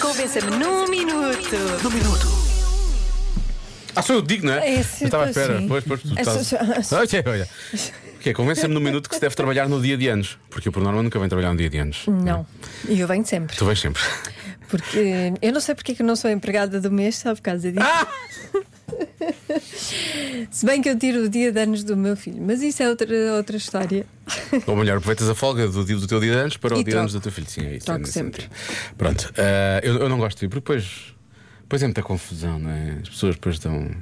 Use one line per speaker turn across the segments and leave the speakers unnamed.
Convença-me num minuto.
Ah, sou eu digo, não é?
É,
Eu
sim,
Estava à
pois
espera.
sim.
Pois, pois, tu
É,
estás-
sou- sou-
Olha, olha. O quê? Convença-me no minuto que se deve trabalhar no dia de anos. Porque eu, por norma, nunca venho trabalhar no dia de anos.
Não, e eu venho sempre.
Tu vens sempre.
Porque eu não sei porque é que eu não sou empregada do mês, só por causa disso.
Ah!
Se bem que eu tiro o dia de anos do meu filho, mas isso é outra, outra história.
Ou melhor, aproveitas a folga do, dia- do teu dia de anos para o
E
dia de
troco.
anos do teu filho. Sim, é isso.
Troco
é nesse
sempre.
sentido. Pronto, ah, eu, eu não gosto de ir, porque depois, depois é muita confusão, não é? As pessoas depois dão. Eu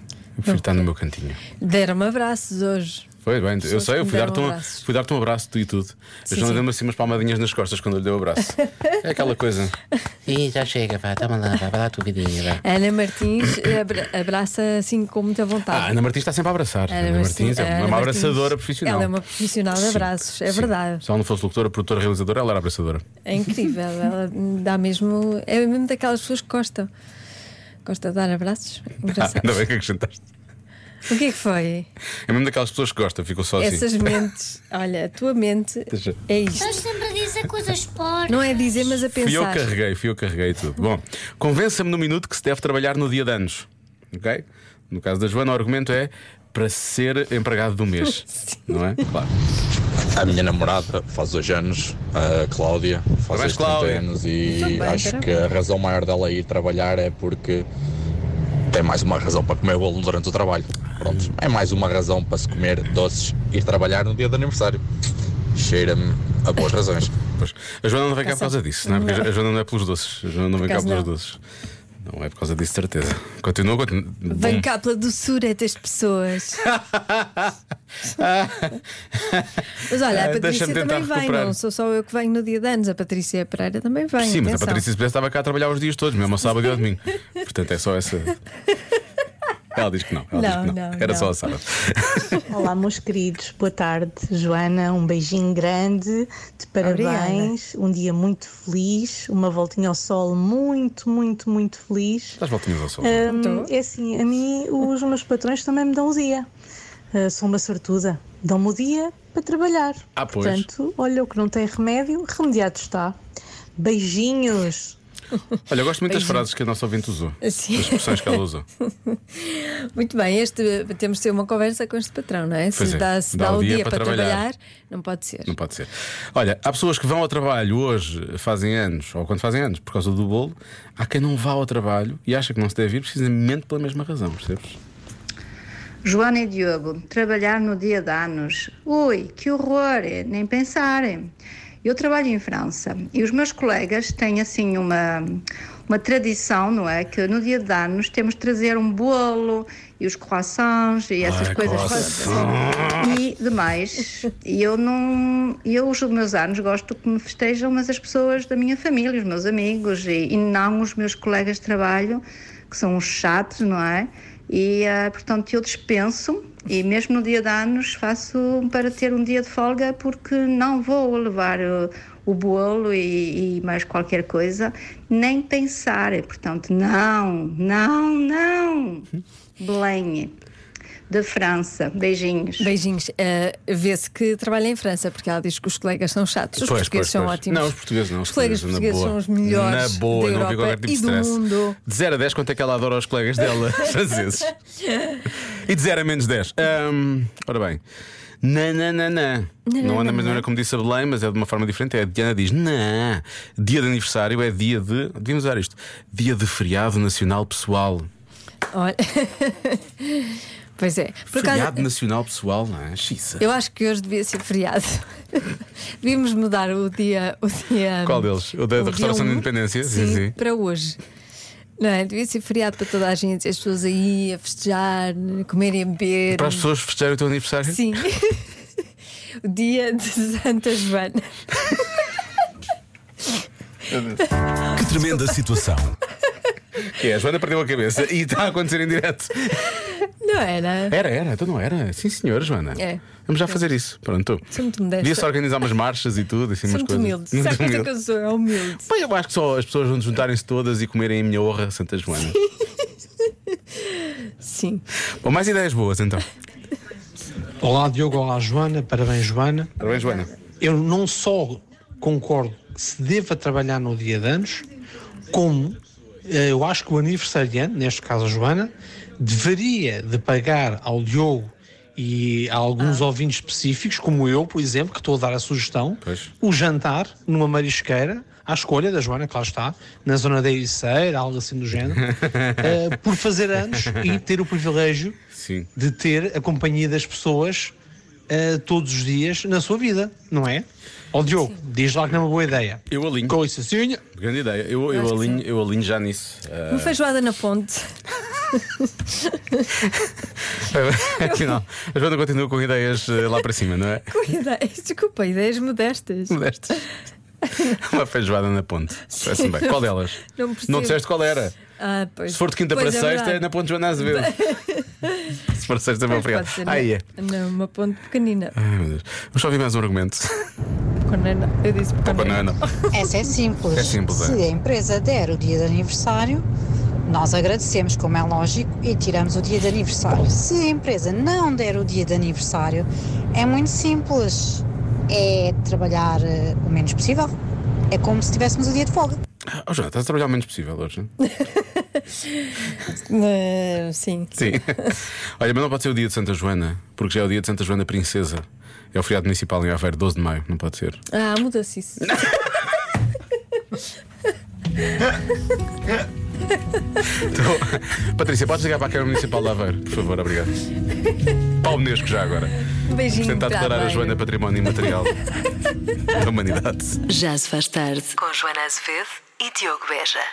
prefiro estar no meu cantinho.
Deram-me abraços hoje.
Foi bem, eu
Pessoas
sei,
que
eu
me
fui dar-te
deram
um,
abraços.
fui dar-te um abraço, tu e tudo.
Sim,
Eu já
sim.
dei-me assim umas palmadinhas nas costas quando eu lhe dei o abraço. É aquela coisa.
Ih, já chega, vá, toma lá, vá, vai lá a tua vidinha, vá.
A Ana Martins abra- abraça assim com muita
Ah, a
vontade.
Ana Martins está sempre a abraçar. A Ana Martins é
a
uma,
Ana
uma
Martins,
abraçadora profissional.
Ela é uma profissional de
Sim,
abraços, é
sim.
verdade.
Se ela não fosse locutora, produtora, realizadora, ela era abraçadora. Ah,
É incrível. Ela dá mesmo. É mesmo daquelas pessoas que gostam. Gosta de dar abraços. É
Ah,
Engraçado.
ainda bem que acrescentaste.
o que é que foi?
É mesmo daquelas pessoas que gostam, ficou só
Essas
assim.
mentes. Olha, a tua mente
Deixa.
é isto.
Estás sempre a dizer coisas porcas.
Não é dizer, mas a
Fui eu que
pensar.
carreguei, fui eu que carreguei tudo. Bom, convença-me no minuto que se deve trabalhar no dia de anos. Ok? No caso da Joana, o argumento é para ser empregado do mês. Não é? Claro.
A minha namorada faz dois anos, a Cláudia, faz
Parabéns,
dois 30
Cláudia.
anos e
Tudo bem,
acho
parabéns.
que a razão maior dela ir trabalhar é porque tem mais uma razão para comer bolo durante o trabalho. Pronto, é mais uma razão para se comer doces e ir trabalhar no dia do aniversário. Cheira-me a boas razões.
Pois. A Joana não vem cá por causa disso, não é? Porque a Joana não é pelos doces. A Joana não vem cá
acaso
pelos
não.
doces. Não é por causa disso, de certeza. Continua, continua.
Vem cá pela doçura das pessoas. Mas olha,
Ah,
a Patrícia
deixa-me tentar
também vem,
recuperar.
não sou só eu que venho no dia de anos, a Patrícia Pereira também vem.
Sim, mas a
atenção.
Patrícia se pudesse, estava cá a trabalhar os dias todos, mesmo a sábado e ao domingo. Portanto, é só essa. Ela diz que não. Ela diz
Não,
que não.
não,
Era
não.
só a sábado.
Olá, meus queridos, boa tarde, Joana. Um beijinho grande, de parabéns, um dia muito feliz, uma voltinha ao sol muito, muito, muito feliz.
Estás voltinhas ao sol.
Ah,
Hum, é assim, a mim os meus patrões também me dão o dia. Ah, sou uma sortuda, dão-me o dia para trabalhar.
Ah, pois.
Portanto, olha, o que não tem remédio, remediado está. Beijinhos.
Olha, eu gosto muito das frases que a nossa ouvinte usou.
é. Ah, Sim.
Das expressões que ela usou.
Muito bem, este, temos de ter uma conversa com este patrão, não é?
Pois
Se
é,
dá, se dá, o dia, para trabalhar,
trabalhar,
não pode ser.
Não pode ser. Olha, há pessoas que vão ao trabalho hoje, fazem anos, ou quando fazem anos, por causa do bolo. Há quem não vá ao trabalho e acha que não se deve ir precisamente pela mesma razão, percebes?
Joana e Diogo, trabalhar no dia de anos. Ui, que horror! é, Nem pensarem. Eu trabalho em França e os meus colegas têm assim uma, uma tradição, não é? Que no dia de anos temos de trazer um bolo e os croissants e essas
Ai,
coisas
croissants.
todas. E demais, eu não. Eu, os meus anos, gosto que me festejam, mas as pessoas da minha família, os meus amigos e, e não os meus colegas de trabalho, que são uns chatos, não é? E, ah, portanto, eu dispenso e mesmo no dia de anos faço para ter um dia de folga porque não vou levar uh, o bolo e, e mais qualquer coisa, nem pensar. Portanto, não, não, não. Belém, da França. Beijinhos.
Beijinhos. Ah, Vê-se que trabalha em França, porque ela diz que os colegas são chatos. Os
Pois,
portugueses
pois,
são
pois.
ótimos.
Não, os portugueses não.
Os colegas portugueses
na boa.
são os melhores
Na boa,
da
não vi qualquer
Europa
tipo de
e do
stress.
mundo.
De 0 a 10, quanto é que ela adora os colegas dela, franceses? E de 0 a menos 10. Hum, ora bem. Não, não, não, não. Não é da maneira como disse a Belém, mas é de uma forma diferente. É, a Diana diz: não, dia de aniversário é dia de. Devíamos usar isto: dia de feriado nacional pessoal.
Olha. pois é. Por acaso,
feriado nacional pessoal, não é? Xiça.
eu acho que hoje devia ser feriado. Devíamos mudar o dia. O dia
Qual deles? O da- da
dia
restauração da
um,
independência? Sim, sim.
Para hoje. Não é? Devia ser feriado para toda a gente, as pessoas aí a festejar, a comerem, a beber.
Para as pessoas festejarem o teu aniversário?
Sim. o dia de Santa Joana.
Que tremenda situação.
Que é, a Joana perdeu a cabeça e está a acontecer em direto.
Não é, né? era?
Era, era, então não era. Sim, senhora, Joana.
É.
Vamos já fazer isso. Pronto.
Sou muito modesta.
Devia-se organizar umas marchas e tudo, assim,
Sou
umas
muito
coisas.
humilde. Sabe quanto é que eu sou? É humilde.
Pois eu acho que só as pessoas vão juntarem-se todas e comerem a minha honra Santa Joana.
Sim.
Bom, mais ideias boas então.
Olá Diogo, olá Joana, parabéns Joana.
Parabéns, Joana.
Eu não só concordo que se deva trabalhar no dia de anos, como eh, eu acho que o aniversariante, neste caso a Joana, deveria de pagar ao Diogo e a alguns ouvintes específicos, como eu, por exemplo, que estou a dar a sugestão,
Pois.
o jantar numa marisqueira, à escolha da Joana, que lá está, na zona da Ericeira, algo assim do género, eh, por fazer anos e ter o privilégio
Sim.
de ter a companhia das pessoas eh, todos os dias na sua vida, não é? Ó Diogo, diz lá que não é uma boa ideia.
Eu alinho.
Com licencinha.
Grande ideia. Eu, eu,
acho que
alinho, eu alinho já nisso. Ah,
Uma feijoada na ponte.
Eh, Afinal, a Joana continua com ideias eh, lá para cima, não é?
Com ideias, desculpa, ideias modestas.
Modestas. Uma feijoada na ponte. Parece-me bem. Qual delas?
Não percebo.
Não disseste qual era.
Ah, pois.
Se for de quinta
Pois
para sexta,
verdade.
é na ponte Joana Azevedo. Se for de sexta, vou
Pois
obrigado.
pode ser,
Aí é.
não- Numa ponte pequenina.
Ai, meu Deus. Vamos só ouvir mais um argumento.
Pequenina. Eu disse pequenina.
Banana.
Essa é simples.
É simples, é.
Se a empresa der o dia de aniversário, nós agradecemos, como é lógico, e tiramos o dia de aniversário. Se a empresa não der o dia de aniversário, é muito simples. É trabalhar eh, o menos possível. É como se tivéssemos o dia de folga.
Oh, Joana, estás a trabalhar o menos possível hoje? não?
Ah, sim.
Sim. Olha, mas não pode ser o dia de Santa Joana, porque já é o dia de Santa Joana Princesa. É o feriado municipal em Aveiro, 12 de maio, não pode ser.
Ah, muda-se isso.
Então, Patrícia, podes ligar para a Câmara Municipal de Aveiro, por favor, obrigado. Para o Unesco já agora.
Um beijinho.
Tentar
para
declarar a
Aveiro.
Joana Património Imaterial da Humanidade.
Já se faz tarde com Joana Azevedo e Diogo Beja.